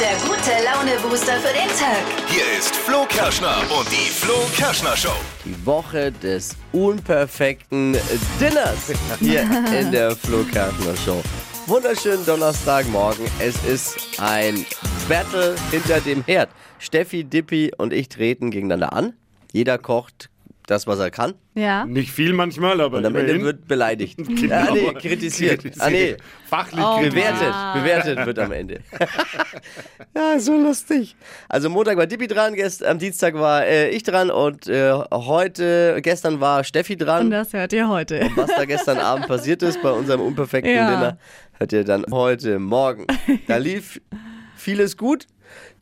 der gute Laune-Booster für den Tag. Hier ist Flo Kerschner und die Flo Kerschner Show. Die Woche des unperfekten Dinners hier in der Flo Kerschner Show. Wunderschönen Donnerstagmorgen. Es ist ein Battle hinter dem Herd. Steffi, Dippi und ich treten gegeneinander an. Jeder kocht das, was er kann. Ja. Nicht viel manchmal, aber Und am Ende immerhin. wird beleidigt. Genau. Ah, nee, kritisiert. Ah, nee, Fachlich Oh, kritisiert. Bewertet, Ah. bewertet wird am Ende. ja, so lustig. Also Montag war Dippi dran, gest am Dienstag war äh, ich dran und äh, heute, gestern war Steffi Und dran. das hört ihr heute. Was da gestern Abend passiert ist bei unserem unperfekten Ja. Dinner, hört ihr dann heute Morgen. Da lief vieles gut.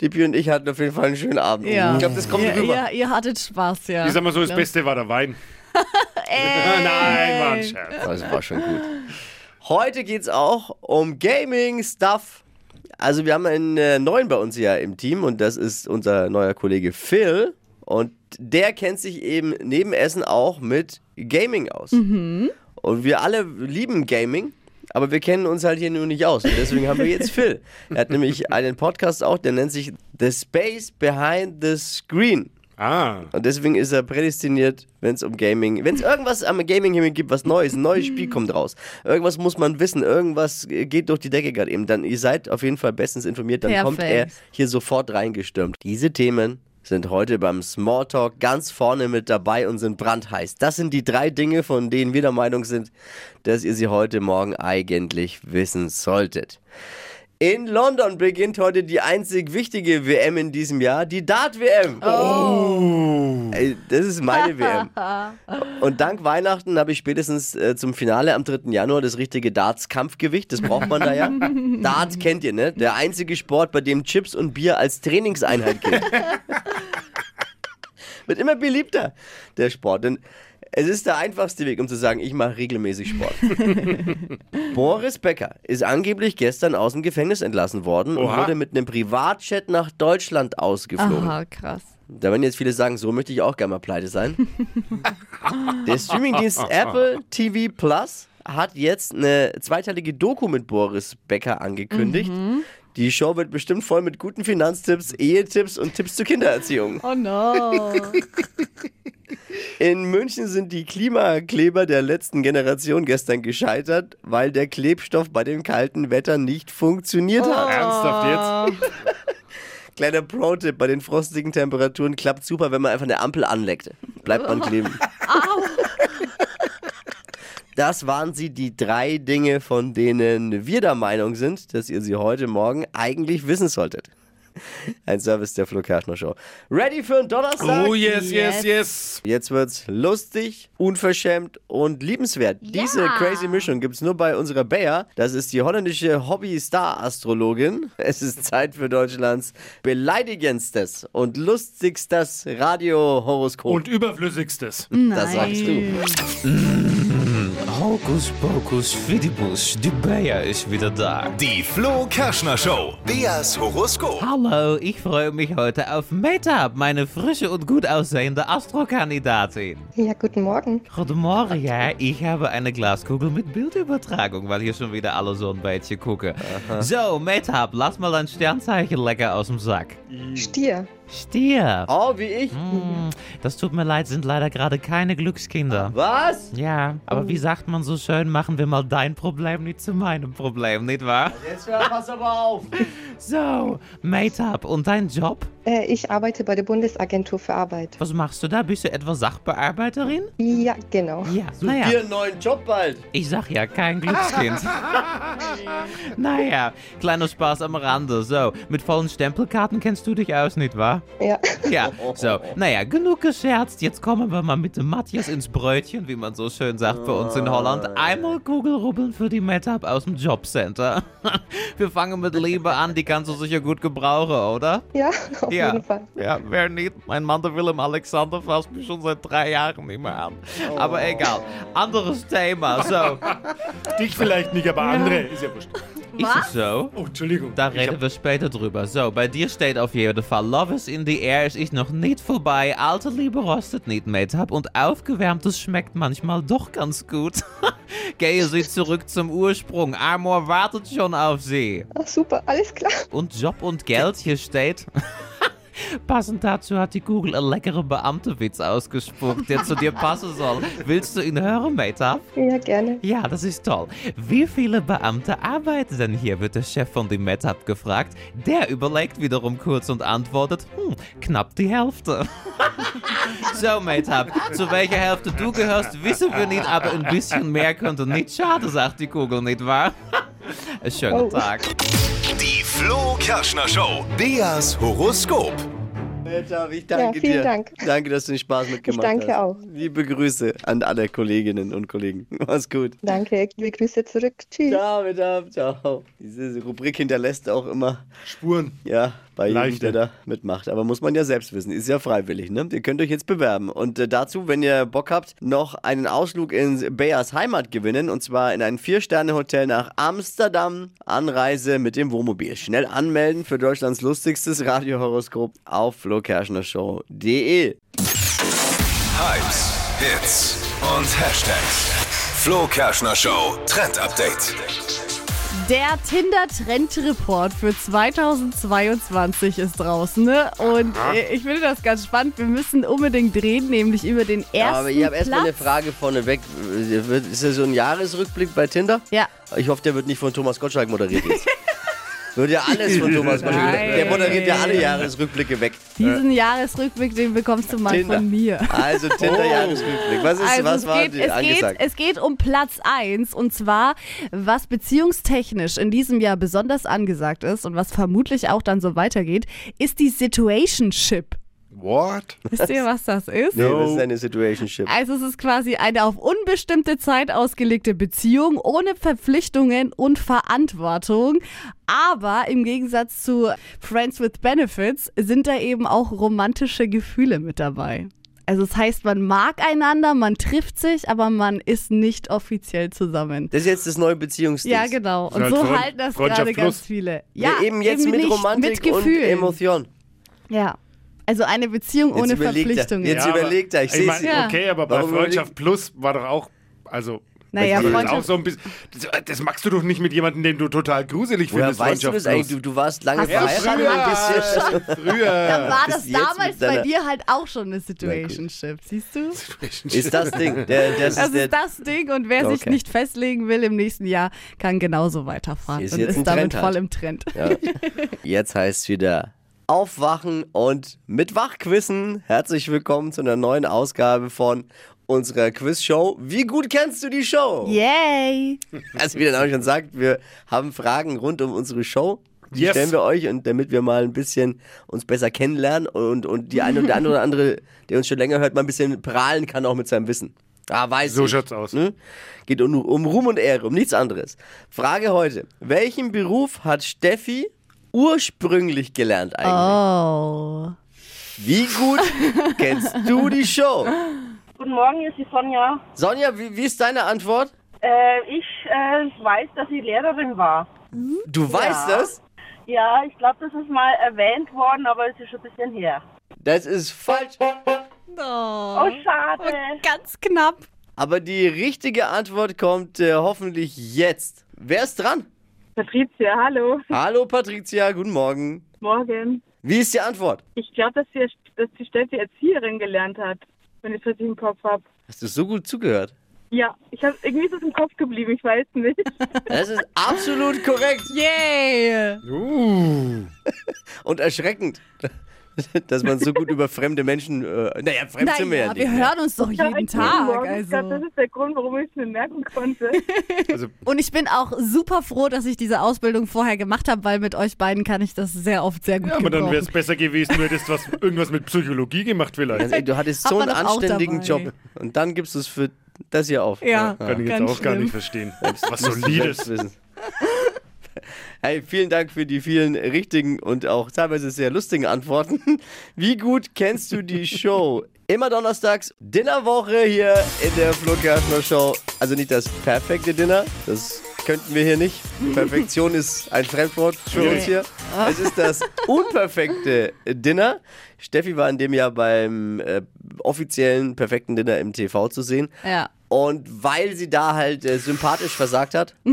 Dippi und ich hatten auf jeden Fall einen schönen Abend. Ja. Ich glaube, das kommt ja, rüber. ja, ihr hattet Spaß, ja. Ich sag mal so, das Ja. Beste war der Wein. Nein, war ein Scherz. Das Also, war schon gut. Heute geht's auch um Gaming-Stuff. Also wir haben einen äh, neuen bei uns hier im Team und das ist unser neuer Kollege Phil. Und der kennt sich eben neben Essen auch mit Gaming aus. Und wir alle lieben Gaming. Aber wir kennen uns halt hier nur nicht aus. Und deswegen haben wir jetzt Phil. Er hat nämlich einen Podcast auch, der nennt sich The Space Behind the Screen. Ah, Und deswegen ist er prädestiniert, wenn es um Gaming, wenn es irgendwas am Gaming-Himmel gibt, was Neues, ein neues Spiel kommt raus. Irgendwas muss man wissen, irgendwas äh, geht durch die Decke gerade eben. Dann ihr seid auf jeden Fall bestens informiert, dann kommt er Perfekt. hier sofort reingestürmt. Diese Themen sind heute beim Smalltalk ganz vorne mit dabei und sind brandheiß. Das sind die drei Dinge, von denen wir der Meinung sind, dass ihr sie heute Morgen eigentlich wissen solltet. In London beginnt heute die einzig wichtige WM in diesem Jahr, die Dart-WM. Ey, Das ist meine WM. Und dank Weihnachten habe ich spätestens äh, zum Finale am 3. Januar das richtige Darts-Kampfgewicht. Das braucht man da ja. Darts kennt ihr, ne? Der einzige Sport, bei dem Chips und Bier als Trainingseinheit gilt. Wird immer beliebter, der Sport. Denn es ist der einfachste Weg, um zu sagen, ich mache regelmäßig Sport. Boris Becker ist angeblich gestern aus dem Gefängnis entlassen worden und Oha. wurde mit einem Privatjet nach Deutschland ausgeflogen. Aha, krass. Da werden jetzt viele sagen, so möchte ich auch gerne mal pleite sein. Der Streamingdienst Apple TV Plus hat jetzt eine zweiteilige Doku mit Boris Becker angekündigt. Die Show wird bestimmt voll mit guten Finanztipps, Ehetipps und Tipps zur Kindererziehung. Oh no. In München sind die Klimakleber der letzten Generation gestern gescheitert, weil der Klebstoff bei dem kalten Wetter nicht funktioniert hat. ernsthaft jetzt? Kleiner Pro-Tipp, bei den frostigen Temperaturen klappt super, wenn man einfach eine Ampel anleckt. Bleibt man kleben. Das waren sie die drei Dinge, von denen wir der Meinung sind, dass ihr sie heute Morgen eigentlich wissen solltet. Ein Service der Flo Kerschner Show. Ready für einen Donnerstag? Oh, yes, yes, yes. Jetzt wird's lustig, unverschämt und liebenswert. Diese crazy Mischung gibt's nur bei unserer Bayer. Das ist die holländische Hobby-Star-Astrologin. Es ist Zeit für Deutschlands beleidigendstes und lustigstes Radio-Horoskop. Und überflüssigstes. das sagst du. Hocus pocus fidibus, de Bayer ist wieder da. Die Flo Kerschner Show. Beas Horoskop. Hallo, ich freue mich heute auf Meta, meine frische und gut aussehende Astrokandidatin. Ja, guten Morgen. Guten Morgen, ja, ich habe eine Glaskugel mit Bildübertragung, weil hier schon wieder alle so ein bisschen gucken. So, Meta, lass mal dein Sternzeichen lecker aus dem Sack. Stier. Stier. Oh, wie ich? Hm, das tut mir leid, sind leider gerade keine Glückskinder. Was? Ja, aber wie sagt man so schön, machen wir mal dein Problem nicht zu meinem Problem, nicht wahr? Jetzt hör, pass aber auf. So, Mate-up, und dein Job? Äh, ich arbeite bei der Bundesagentur für Arbeit. Was machst du da? Bist du etwa Sachbearbeiterin? Ja, genau. Ah, Ja, Dir naja, einen neuen Job bald. ich sag ja, kein Glückskind. naja, kleiner Spaß am Rande. So, mit vollen Stempelkarten kennst du dich aus, nicht wahr? Ja. Ja, so, naja, genug gescherzt. Jetzt kommen wir mal mit dem Matthias ins Brötchen, wie man so schön sagt bei uns in Holland. Einmal Kugelrubbeln für die Metab aus dem Jobcenter. wir fangen mit Liebe an, die kannst du sicher gut gebrauchen, oder? Ja, auf Ja. jeden Fall. Ja, wer nicht? Mein Mann, der Willem Alexander, fasst mich schon seit drei Jahren nicht mehr an. Aber egal. Anderes Thema. So, Dich vielleicht nicht, aber andere. Ist ja wurscht. Ist es so? Oh, Entschuldigung. Da Ich reden hab- wir später drüber. So, bei dir steht auf jeden Fall: Love is in the air, es ist noch nicht vorbei. Alte Liebe rostet nicht, Mate-Up. Und aufgewärmtes schmeckt manchmal doch ganz gut. Gehen Sie zurück zum Ursprung. Amor wartet schon auf Sie. Ach, super, alles klar. Und Job und Geld hier steht. Passend dazu hat die Google einen leckeren Beamtewitz ausgespuckt, der zu dir passen soll. Willst du ihn hören, Mate-Up? Ja, gerne. Ja, das ist toll. Wie viele Beamte arbeiten denn hier, wird der Chef von dem MedHub gefragt. Der überlegt wiederum kurz und antwortet, hm, knapp die Hälfte. so, MedHub, zu welcher Hälfte du gehörst, wissen wir nicht, aber ein bisschen mehr könnte nicht schaden, sagt die Kugel, nicht wahr? Schönen Oh. Tag. Die Flo Kerschner Show. Beas Horoskop. Alter, ich danke Ja, vielen dir. Dank. Danke, dass du den Spaß mitgemacht hast. danke auch. Liebe Grüße an alle Kolleginnen und Kollegen. Mach's gut. Danke, liebe Grüße zurück. Tschüss. Ciao, mit ab, ciao. Diese Rubrik hinterlässt auch immer, Spuren. ja, bei jedem, der Leichte. da mitmacht. Aber muss man ja selbst wissen. Ist ja freiwillig, ne? Ihr könnt euch jetzt bewerben. Und äh, dazu, wenn ihr Bock habt, noch einen Ausflug in Bayers Heimat gewinnen. Und zwar in ein Vier-Sterne-Hotel nach Amsterdam. Anreise mit dem Wohnmobil. Schnell anmelden für Deutschlands lustigstes Radiohoroskop auf flokerschnershow.de. Hypes, Hits und Hashtags. Flo Kerschner Show Trend Update. Der Tinder-Trend-Report für 2022 ist draußen, ne? Und äh, ich finde das ganz spannend. Wir müssen unbedingt reden, nämlich über den ersten Aber ich habe erstmal eine Platz. Frage vorneweg. Wird- Ist ja so ein Jahresrückblick bei Tinder? Ja. Ich hoffe, der wird nicht von Thomas Gottschalk moderiert jetzt. Wird ja alles von Thomas Gottschalk. Nein. Der moderiert ja alle Jahresrückblicke weg. Diesen Jahresrückblick, den bekommst du mal Äh. Tinder. von mir. Also Oh. Tinder-Jahresrückblick. Was, ist, Also was es war geht, es, geht, angesagt? es geht um Platz 1 und zwar, was beziehungstechnisch in diesem Jahr besonders angesagt ist und was vermutlich auch dann so weitergeht, ist die Situationship. What? Wisst ihr, was das ist? nee, das ist eine Situationship. Also es ist quasi eine auf unbestimmte Zeit ausgelegte Beziehung ohne Verpflichtungen und Verantwortung. Aber im Gegensatz zu Friends with Benefits sind da eben auch romantische Gefühle mit dabei. Also das heißt, man mag einander, man trifft sich, aber man ist nicht offiziell zusammen. Das ist jetzt das neue Beziehungsding. Ja, genau. Und halt so Freund- halten das Freundschaft gerade ganz plus. viele. Ja, eben jetzt mit nicht, Romantik mit Gefühl. und Emotion. Ja. Also eine Beziehung Jetzt ohne überlegt er. Verpflichtungen. Jetzt überlegt er, ich seh's. mein, Ja. Okay, aber bei Warum Freundschaft Plus war doch auch. Also. Naja, das ist Freundschaft- Auch so ein bisschen, das, das magst du doch nicht mit jemandem, den du total gruselig Woher findest. weißt du Freundschaft das eigentlich? Du, Plus. du warst lange Hast du schon verheiratet mal- und bist jetzt... Dann Früher. war Bis das jetzt mit damals deiner- bei dir halt auch schon eine Situationship, siehst du? Ist das Ding. Der, das Das ist der, ist das Ding und wer sich Okay. nicht festlegen will im nächsten Jahr, kann genauso weiterfahren Ist und jetzt ist ein damit Trend halt. voll im Trend. Ja. Jetzt heißt es wieder Aufwachen und mit Wachquissen. Herzlich willkommen zu einer neuen Ausgabe von unserer Quizshow. Wie gut kennst du die Show? Yay! Also wie der Name schon sagt, wir haben Fragen rund um unsere Show. Die Yes. stellen wir euch und damit wir mal ein bisschen uns besser kennenlernen und, und die eine oder andere, oder andere, der uns schon länger hört, mal ein bisschen prahlen kann auch mit seinem Wissen. Ah, weiß So ich. schaut's aus. Ne? Geht um, um Ruhm und Ehre, um nichts anderes. Frage heute. Welchen Beruf hat Steffi ursprünglich gelernt eigentlich? Oh. Wie gut kennst du die Show? Guten Morgen, hier ist die Sonja. Sonja, wie, wie ist deine Antwort? Äh, ich äh, weiß, dass ich Lehrerin war. Du weißt das? Ja, ich glaube, das ist mal erwähnt worden, aber es ist schon ein bisschen her. Das ist falsch. Oh, schade. Ganz knapp. Aber die richtige Antwort kommt äh, hoffentlich jetzt. Wer ist dran? Patricia, hallo. Hallo Patricia, guten Morgen. Morgen. Wie ist die Antwort? Ich glaube, dass, wir- dass die Steffi Erzieherin gelernt hat, wenn ich es richtig im Kopf habe. Hast du so gut zugehört? Ja, ich hab, irgendwie ist es im Kopf geblieben, ich weiß nicht. Das ist absolut korrekt Yay! und erschreckend, dass man so gut über fremde Menschen. Äh, naja, fremd sind wir ja Naja, nicht. wir hören uns doch jeden Guten Tag. Morgen. Ich glaube, Also. das ist der Grund, warum ich es mir merken konnte. Also, Und ich bin auch super froh, dass ich diese Ausbildung vorher gemacht habe, weil mit euch beiden kann ich das sehr oft sehr gut aber dann wäre gebrauchen. es besser gewesen, du hättest was, irgendwas mit Psychologie gemacht, Ganz vielleicht. ehrlich, Also, du hattest Hat so man einen doch auch anständigen dabei. Job und dann gibst du es für das hier auf. Ja, Kann ich jetzt auch ganz gar schlimm. nicht verstehen. Was Selbst solides. wissen. Hey, vielen Dank für die vielen richtigen und auch teilweise sehr lustigen Antworten. Wie gut kennst du die Show? Immer donnerstags Dinnerwoche hier in der Flo Kerschner Show. Also nicht das perfekte Dinner, das könnten wir hier nicht. Perfektion ist ein Fremdwort für uns hier. Es ist das unperfekte Dinner. Steffi war in dem Jahr beim äh, offiziellen perfekten Dinner im TV zu sehen. Ja. Und weil sie da halt äh, sympathisch versagt hat,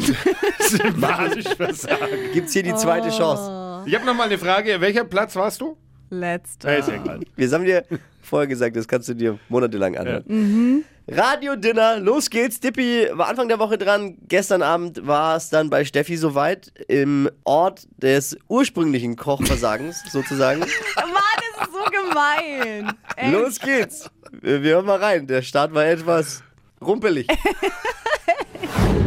Sympathisch versagt. gibt es hier die zweite Chance. Ich habe nochmal eine Frage. Welcher Platz warst du? Letzter. Äh, ist egal. Wir haben dir vorher gesagt, das kannst du dir monatelang anhören. Radio Dinner, los geht's. Dippi war Anfang der Woche dran. Gestern Abend war es dann bei Steffi soweit im Ort des ursprünglichen Kochversagens sozusagen. Mann, das ist so gemein. Echt? Los geht's. Wir wir hören mal rein. Der Start war etwas rumpelig.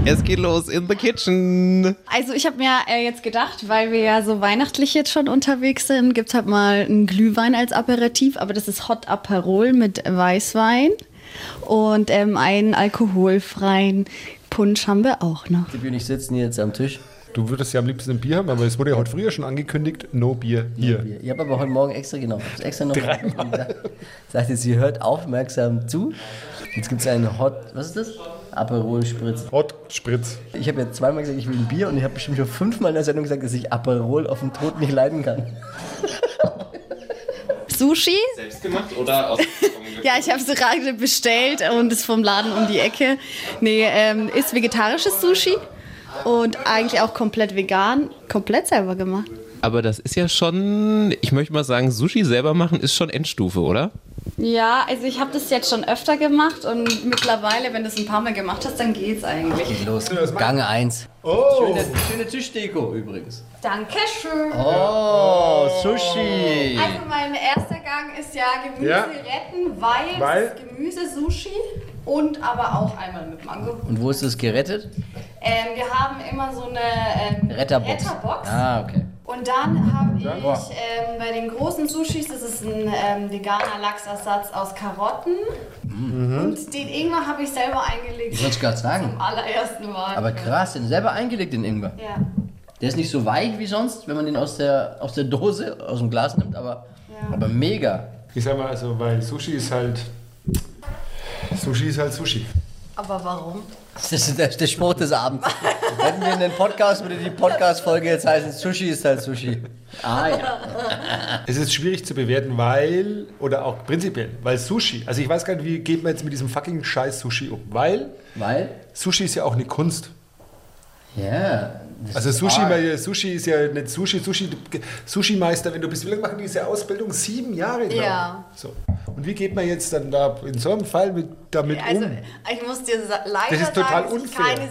Es geht los in the kitchen. Also ich habe mir äh, jetzt gedacht, weil wir ja so weihnachtlich jetzt schon unterwegs sind, gibt es halt mal einen Glühwein als Aperitif, aber das ist Hot Aperol mit Weißwein und ähm, einen alkoholfreien Punsch haben wir auch noch. Dippi und ich sitzen jetzt am Tisch. Du würdest ja am liebsten ein Bier haben, aber es wurde ja heute früher schon angekündigt, no Bier hier. Ich habe aber heute Morgen extra genau, extra noch gesagt, sagt jetzt, ihr hört aufmerksam zu. Jetzt gibt es einen Hot, was ist das? Aperol Spritz. Hot Spritz. Ich habe jetzt zweimal gesagt, ich will ein Bier und ich habe bestimmt schon fünfmal in der Sendung gesagt, dass ich Aperol auf den Tod nicht leiden kann. Sushi? Selbstgemacht oder aus Ja, ich habe es gerade bestellt und ist vom Laden um die Ecke. Nee, ähm, ist vegetarisches Sushi und eigentlich auch komplett vegan, komplett selber gemacht. Aber das ist ja schon, ich möchte mal sagen, Sushi selber machen ist schon Endstufe, oder? Ja, also ich habe das jetzt schon öfter gemacht und mittlerweile, wenn du es ein paar Mal gemacht hast, dann geht's eigentlich. Geht los, Gang 1. Oh! Schöne Tischdeko übrigens. Dankeschön. Oh, Sushi. Also mein erster Gang ist ja Gemüse Ja. retten, weil, Weil? das ist Gemüse-Sushi und aber auch einmal mit Mango. Und wo ist es gerettet? Ähm, wir haben immer so eine ähm, Retterbox. Retterbox. Ah, okay. Und dann habe ich ähm, bei den großen Sushis, das ist ein ähm, veganer Lachsersatz aus Karotten. Mhm. Und den Ingwer habe ich selber eingelegt. Ich wollte es gerade sagen. Zum allerersten Mal. Aber krass, den selber eingelegt, den Ingwer. ja. Der ist nicht so weich wie sonst, wenn man den aus der, aus der Dose, aus dem Glas nimmt, aber, aber mega. Ich sag mal, also, weil Sushi ist halt. Sushi ist halt Sushi. Aber warum? Das ist der, der Spruch des Abends. Hätten wir einen Podcast, würde die Podcast-Folge jetzt heißen, Sushi ist halt Sushi. Ah ja. Es ist schwierig zu bewerten, weil, oder auch prinzipiell, weil Sushi, also ich weiß gar nicht, wie geht man jetzt mit diesem fucking Scheiß Sushi um, weil Weil? Sushi ist ja auch eine Kunst. Ja. das Also ist Sushi, Art. weil Sushi ist ja nicht Sushi, Sushi, Sushi Meister, wenn du bist, wie lange machen die diese Ausbildung? Sieben Jahre, glaube ich. Ja. So. Und wie geht man jetzt dann da in so einem Fall mit, damit Also, um? ich muss dir sa- leider Das ist total sagen, dass ich unfair. keine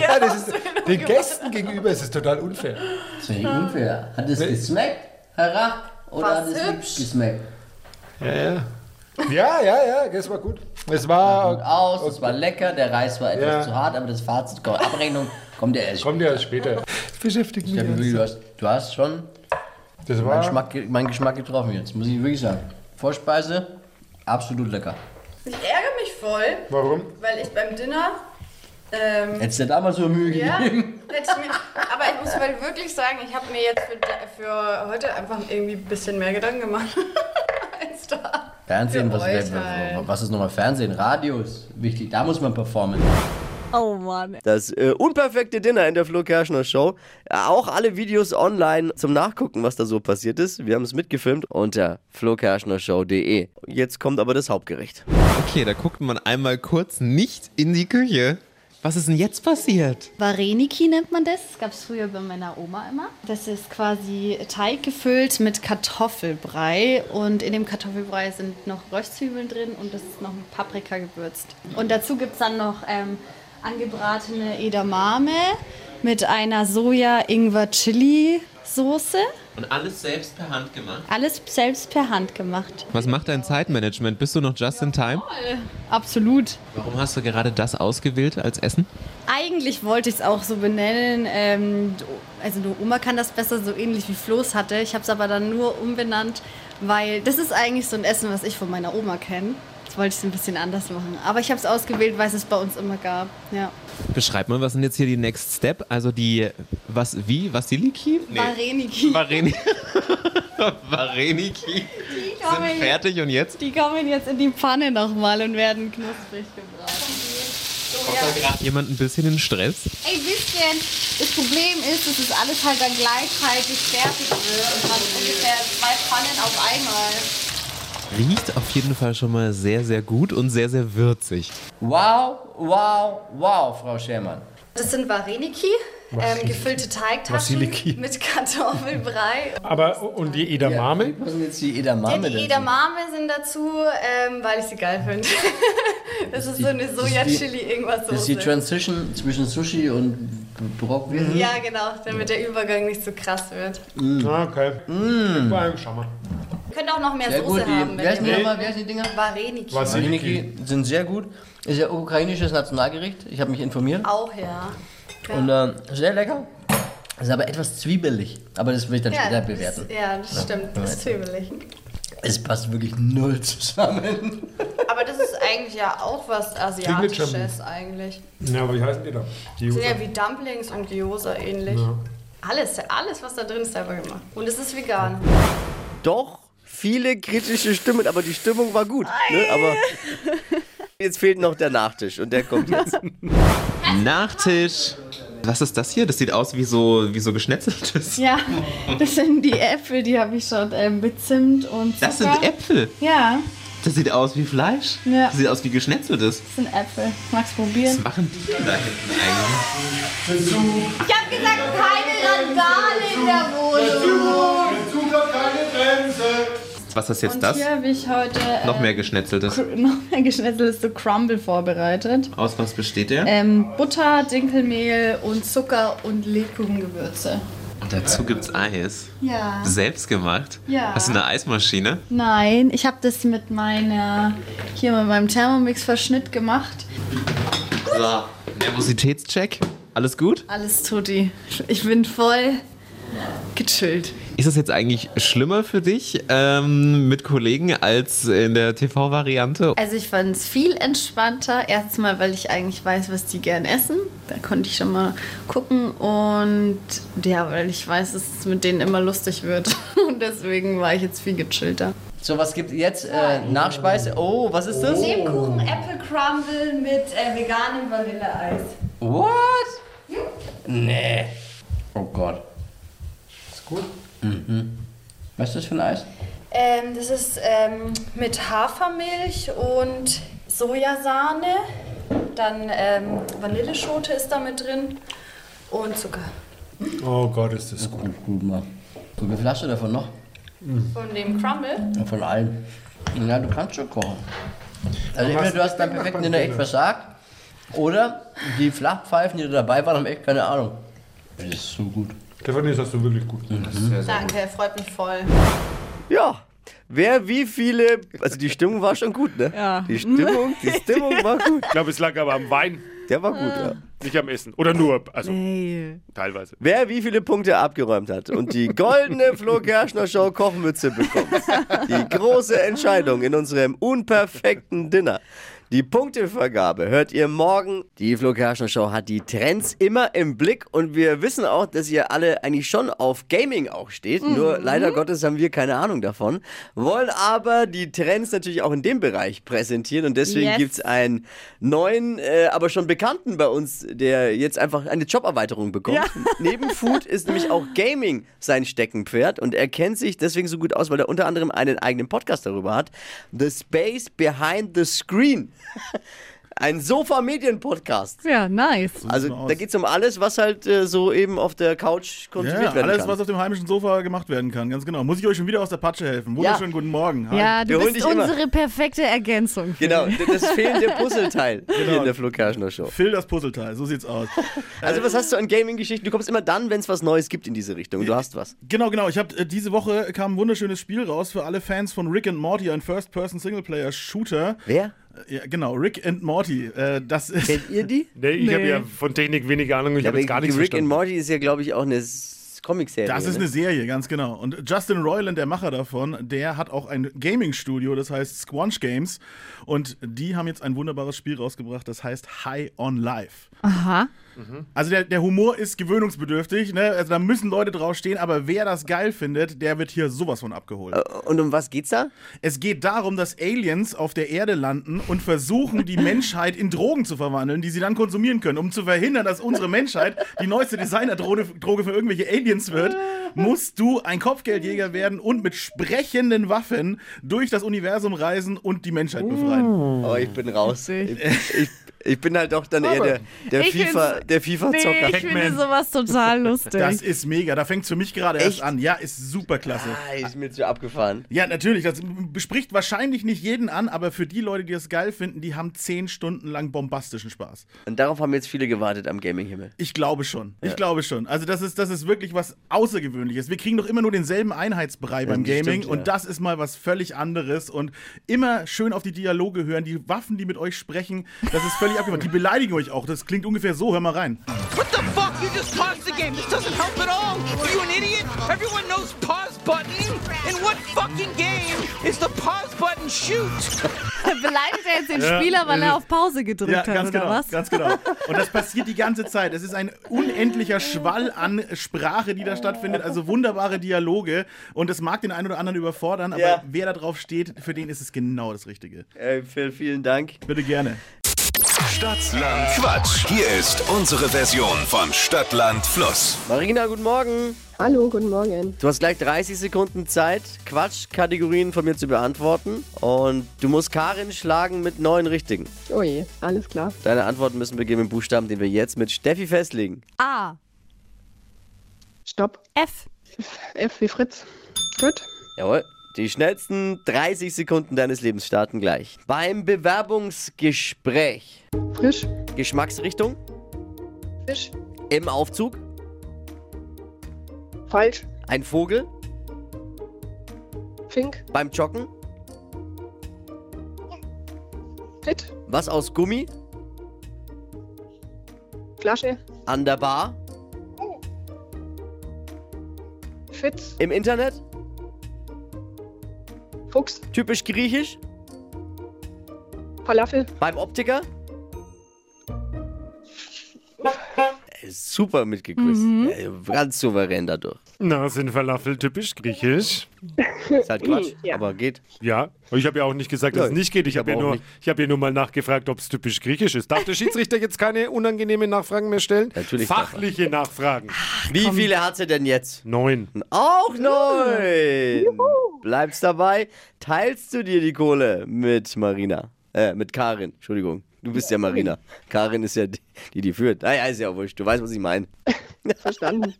Ja, das ist, Ausbildung den gemacht Gästen gegenüber ist es total unfair. Das ist ja unfair. Hat es Hm? geschmeckt, Herr Rach? Oder War's hat es hübsch? nicht geschmeckt? Ja, ja. Ja, ja, ja, das war gut. Es war, Und aus, es war lecker, der Reis war etwas Ja. zu hart, aber das Fazit, komm, Abrechnung, kommt ja erst. kommt ja später. Beschäftigt mich. Ja, wirklich, jetzt. du, hast, du hast schon Das meinen war, Geschmack, ge- meinen Geschmack getroffen jetzt, muss ich wirklich sagen. Vorspeise, absolut lecker. Ich ärgere mich voll, warum? weil ich beim Dinner. Ähm, Hättest du dir damals so Mühe ja, gegeben? hätte ich mir, aber ich muss mal wirklich sagen, ich habe mir jetzt für, für heute einfach irgendwie ein bisschen mehr Gedanken gemacht. als da. Fernsehen, Für was, euch halt. was ist nochmal Fernsehen? Radio ist wichtig, da muss man performen. Oh Mann. Das äh, unperfekte Dinner in der Flo Kerschner Show. Ja, Auch alle Videos online zum Nachgucken, was da so passiert ist. Wir haben es mitgefilmt unter flokerschnershow.de. Jetzt kommt aber das Hauptgericht. Okay, da guckt man einmal kurz nicht in die Küche. Was ist denn jetzt passiert? Vareniki nennt man das. Das gab es früher bei meiner Oma immer. Das ist quasi Teig gefüllt mit Kartoffelbrei. Und in dem Kartoffelbrei sind noch Röstzwiebeln drin und das ist noch mit Paprika gewürzt. Und dazu gibt es dann noch ähm, angebratene Edamame mit einer Soja-Ingwer-Chili-Soße. Und alles selbst per Hand gemacht. Alles selbst per Hand gemacht. Was macht dein Zeitmanagement? Bist du noch just in time? Absolut. Warum hast du gerade das ausgewählt als Essen? Eigentlich wollte ich es auch so benennen. Ähm, also nur Oma kann das besser, so ähnlich wie Flo's hatte. Ich habe es aber dann nur umbenannt, weil das ist eigentlich so ein Essen, was ich von meiner Oma kenne. Jetzt wollte ich es ein bisschen anders machen. Aber ich habe es ausgewählt, weil es es bei uns immer gab. Ja. Beschreib mal, was sind jetzt hier die Next Step? Also die, was, wie, Vasiliki? Vareniki. Vareniki. Vareniki Die sind kommen, jetzt, fertig und jetzt? die kommen jetzt in die Pfanne nochmal und werden knusprig gebraten. So Kommt da gerade jemand ein bisschen in Stress? Ein bisschen. Das Problem ist, dass es alles halt dann gleichzeitig fertig wird und man ungefähr zwei Pfannen auf einmal. Riecht auf jeden Fall schon mal sehr, sehr gut und sehr, sehr würzig. Wow, wow, wow, Frau Schermann. Das sind Vareniki, ähm, Vareniki. gefüllte Teigtaschen Vasiliki. mit Kartoffelbrei. Aber und die Edamame? Was sind jetzt die Ja, Edamame die Edamame sind dazu, ähm, weil ich sie geil finde. das ist so eine das ist die- Das ist die Soja-Chili-Irgendwas-Soße. Transition zwischen Sushi und B- Brokkoli. Ja, genau, damit der Übergang nicht so krass wird. Mm. Ah, Okay. Mm. Schau mal. Könnt auch noch mehr Sehr Soße gut, die- haben. wenn wer ist ihr die wollt. nochmal- wer ist die Dinger? Vareniki. Vasiliki sind sehr gut. Ist ja ukrainisches Nationalgericht. Ich habe mich informiert. Auch, ja. Ja. Und äh, sehr lecker. Ist aber etwas zwiebelig. Aber das will ich dann ja, später das- bewerten. Ja, das stimmt. Das ist zwiebelig. Es passt wirklich null zusammen. Aber das ist eigentlich ja auch was Asiatisches Signature-Move. eigentlich. Ja, aber wie heißen die da? Die Sind ja wie Dumplings und Gyoza ähnlich. Ja. Alles, alles, was da drin ist, selber gemacht. Und es ist vegan. Doch, viele kritische Stimmen, aber die Stimmung war gut. Ne? Aber jetzt fehlt noch der Nachtisch und der kommt jetzt. Nachtisch. Was ist das hier? Das sieht aus wie so, wie so geschnetzeltes. Ja, das sind die Äpfel, die habe ich schon ähm, mit Zimt und Zucker. Das sind Äpfel. Ja, Das sieht aus wie Fleisch. Ja. Das sieht aus wie geschnetzeltes. das sind Äpfel. Magst du Was probieren? machen die denn da hinten eigentlich? Ich habe gesagt, keine Randale in der Wohnung. Zug hat keine Bremse. Was ist jetzt Und das? hier habe ich heute äh, Noch mehr geschnetzeltes. Cr- noch mehr geschnetzelte Crumble vorbereitet. Aus was besteht der? Ähm, Butter, Dinkelmehl und Zucker und Lebkuchengewürze. Und dazu gibt's Eis. Äh. Ja. Selbstgemacht? Ja. Hast du eine Eismaschine? Nein, ich habe das mit meiner, hier mit meinem Thermomix-Verschnitt gemacht. So. Nervositätscheck. Alles gut? Alles tutti. Ich bin voll gechillt. Ist das jetzt eigentlich schlimmer für dich ähm, mit Kollegen als in der TV-Variante? Also ich fand es viel entspannter. Erstmal, weil ich eigentlich weiß, was die gern essen. Da konnte ich schon mal gucken. Und ja, weil ich weiß, dass es mit denen immer lustig wird. Und deswegen war ich jetzt viel gechillter. So, was gibt jetzt? Äh, Nachspeise. Oh, was ist das? Lebkuchen Apple Crumble mit äh, veganem Vanilleeis. What? Nee. Oh Gott. Ist gut? Mhm. Was ist das für ein Eis? Ähm, das ist ähm, mit Hafermilch und Sojasahne. Dann ähm, Vanilleschote ist da mit drin und Zucker. Oh Gott, ist das gut. gut mal. So eine Flasche davon noch? Von dem Crumble? Und Von allem. Ja, du kannst schon kochen. Also entweder du hast beim perfekten Dinner echt versagt oder die Flachpfeifen, die da dabei waren, haben echt keine Ahnung. Das ist so gut. Stefanie, das hast du wirklich gut. Danke, freut mich voll. Ja. Wer wie viele. Also die Stimmung war schon gut, ne? Ja. Die Stimmung, die Stimmung war gut. Ich glaube, es lag aber am Wein. Der war gut, ja. Nicht am Essen. Oder nur, also teilweise. Wer wie viele Punkte abgeräumt hat und die goldene Flo Kerschner Show Kochmütze bekommt. Die große Entscheidung in unserem unperfekten Dinner. Die Punktevergabe hört ihr morgen. Die Flo Kerschner Show hat die Trends immer im Blick und wir wissen auch, dass ihr alle eigentlich schon auf Gaming auch steht. Nur leider Gottes haben wir keine Ahnung davon. Wollen aber die Trends natürlich auch in dem Bereich präsentieren und deswegen Yes. gibt's gibt es einen neuen, äh, aber schon bekannten bei uns, der jetzt einfach eine Joberweiterung bekommt. Neben Food ist nämlich auch Gaming sein Steckenpferd und er kennt sich deswegen so gut aus, weil er unter anderem einen eigenen Podcast darüber hat. The Space Behind the Screen. Ein Sofa-Medien-Podcast. Ja, nice. Also da geht es um alles, was halt äh, so eben auf der Couch konsumiert Ja, werden alles, kann. was auf dem heimischen Sofa gemacht werden kann, ganz genau. Muss ich euch schon wieder aus der Patsche helfen? Wunderschönen guten Morgen. Hi. Ja, Ah, du bist unsere perfekte Ergänzung. für Genau, dich. das fehlende Puzzleteil hier in Genau. der Flo Kerschner Show. Phil das Puzzleteil, so sieht's aus. Also was hast du an Gaming-Geschichten? Du kommst immer dann, wenn es was Neues gibt in diese Richtung. Du hast was. Genau, genau. Ich habe äh, diese Woche kam ein wunderschönes Spiel raus für alle Fans von Rick and Morty, ein First-Person-Singleplayer-Shooter. Wer? Ja, genau, Rick and Morty. Äh, das ist Kennt ihr die? Nee, ich habe ja von Technik wenig Ahnung. Ich Ja, habe jetzt gar aber nichts Rick verstanden. and Morty ist ja, glaube ich, auch eine S- Comicserie. Das ist ne? eine Serie, ganz genau. Und Justin Roiland, der Macher davon, der hat auch ein Gaming-Studio, das heißt Squanch Games. Und die haben jetzt ein wunderbares Spiel rausgebracht, das heißt High on Life. Aha. Also der, der Humor ist gewöhnungsbedürftig, ne? Also da müssen Leute draufstehen, aber wer das geil findet, der wird hier sowas von abgeholt. Und um was geht's da? Es geht darum, dass Aliens auf der Erde landen und versuchen, die Menschheit in Drogen zu verwandeln, die sie dann konsumieren können. Um zu verhindern, dass unsere Menschheit die neueste Designerdroge Droge für irgendwelche Aliens wird, musst du ein Kopfgeldjäger werden und mit sprechenden Waffen durch das Universum reisen und die Menschheit befreien. Oh, ich bin raus. Ich, ich, ich bin halt doch dann eher der, der Ich find's- FIFA-Zocker. Der FIFA nee, -Zocker. ich finde Pac-Man. sowas total Das ist mega. Da fängt es für mich gerade erst an. Ja, ist super klasse. Ah, ist mir zu abgefahren. Ja, natürlich. Das bespricht wahrscheinlich nicht jeden an, aber für die Leute, die es geil finden, die haben zehn Stunden lang bombastischen Spaß. Und darauf haben jetzt viele gewartet am Gaming-Himmel. Ich glaube schon. Ja. Ich glaube schon. Also, das ist, das ist wirklich was Außergewöhnliches. Wir kriegen doch immer nur denselben Einheitsbrei beim das Gaming stimmt, ja. und das ist mal was völlig anderes. Und immer schön auf die Dialoge hören, die Waffen, die mit euch sprechen, das ist völlig abgefahren. Die beleidigen euch auch. Das klingt ungefähr so. Hör mal rein. What the fuck? You just paused the game. This doesn't help at all. Are you an idiot? Everyone knows pause button. In what fucking game is the pause button shoot? Beleidigt er jetzt den Ja, Spieler, weil äh, er auf Pause gedrückt Ja, hat, ganz oder genau, was? ganz genau. Und das passiert die ganze Zeit. Es ist ein unendlicher Schwall an Sprache, die da stattfindet. Also wunderbare Dialoge. Und es mag den einen oder anderen überfordern, aber Ja. wer da drauf steht, für den ist es genau das Richtige. Äh, Phil, vielen Dank. Bitte gerne. Stadtland Quatsch. Hier ist unsere Version von Stadtland Fluss. Marina, guten Morgen. Hallo, guten Morgen. Du hast gleich 30 Sekunden Zeit, Quatsch-Kategorien von mir zu beantworten. Und du musst Karin schlagen mit neun richtigen. Oh je, alles klar. Deine Antworten müssen beginnen mit Buchstaben, den wir jetzt mit Steffi festlegen. A. Stopp. F. F wie Fritz. Gut. Jawohl. Die schnellsten 30 Sekunden deines Lebens starten gleich. Beim Bewerbungsgespräch. Frisch. Geschmacksrichtung. Fisch. Im Aufzug. Falsch. Ein Vogel. Fink. Beim Joggen. Fit. Was aus Gummi. Flasche. An der Bar. Fitz. Im Internet. Fuchs. Typisch griechisch. Falafel. Beim Optiker. Äh, Super mitgegrüßt. Äh, Ganz souverän dadurch. Na, sind Falafel typisch griechisch? Ist halt Quatsch, aber geht. Ja, ich habe ja auch nicht gesagt, dass es Nein, nicht geht. Ich ich hab habe ja, auch nur- nicht. ich hab ja nur mal nachgefragt, ob es typisch griechisch ist. Darf der Schiedsrichter jetzt keine unangenehmen Nachfragen mehr stellen? Natürlich darf er. Fachliche Nachfragen. Wie viele hat sie denn jetzt? Neun. Auch neun! Bleibst dabei. Teilst du dir die Kohle mit Marina? Äh, mit Karin, Entschuldigung. Du bist ja Marina. Karin ist ja die, die, die führt. Naja, ist ja wurscht. Du weißt, was ich meine. Verstanden.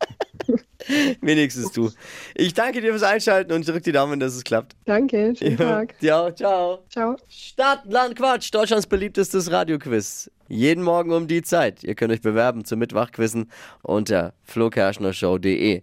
Wenigstens du. Ich danke dir fürs Einschalten und drück die Daumen, dass es klappt. Danke, schönen Tag. Ja, ciao. Ciao. Stadt, Land, Quatsch, Deutschlands beliebtestes Radioquiz. Jeden Morgen um die Zeit. Ihr könnt euch bewerben zum Mitwachquissen unter flokerschnershow.de.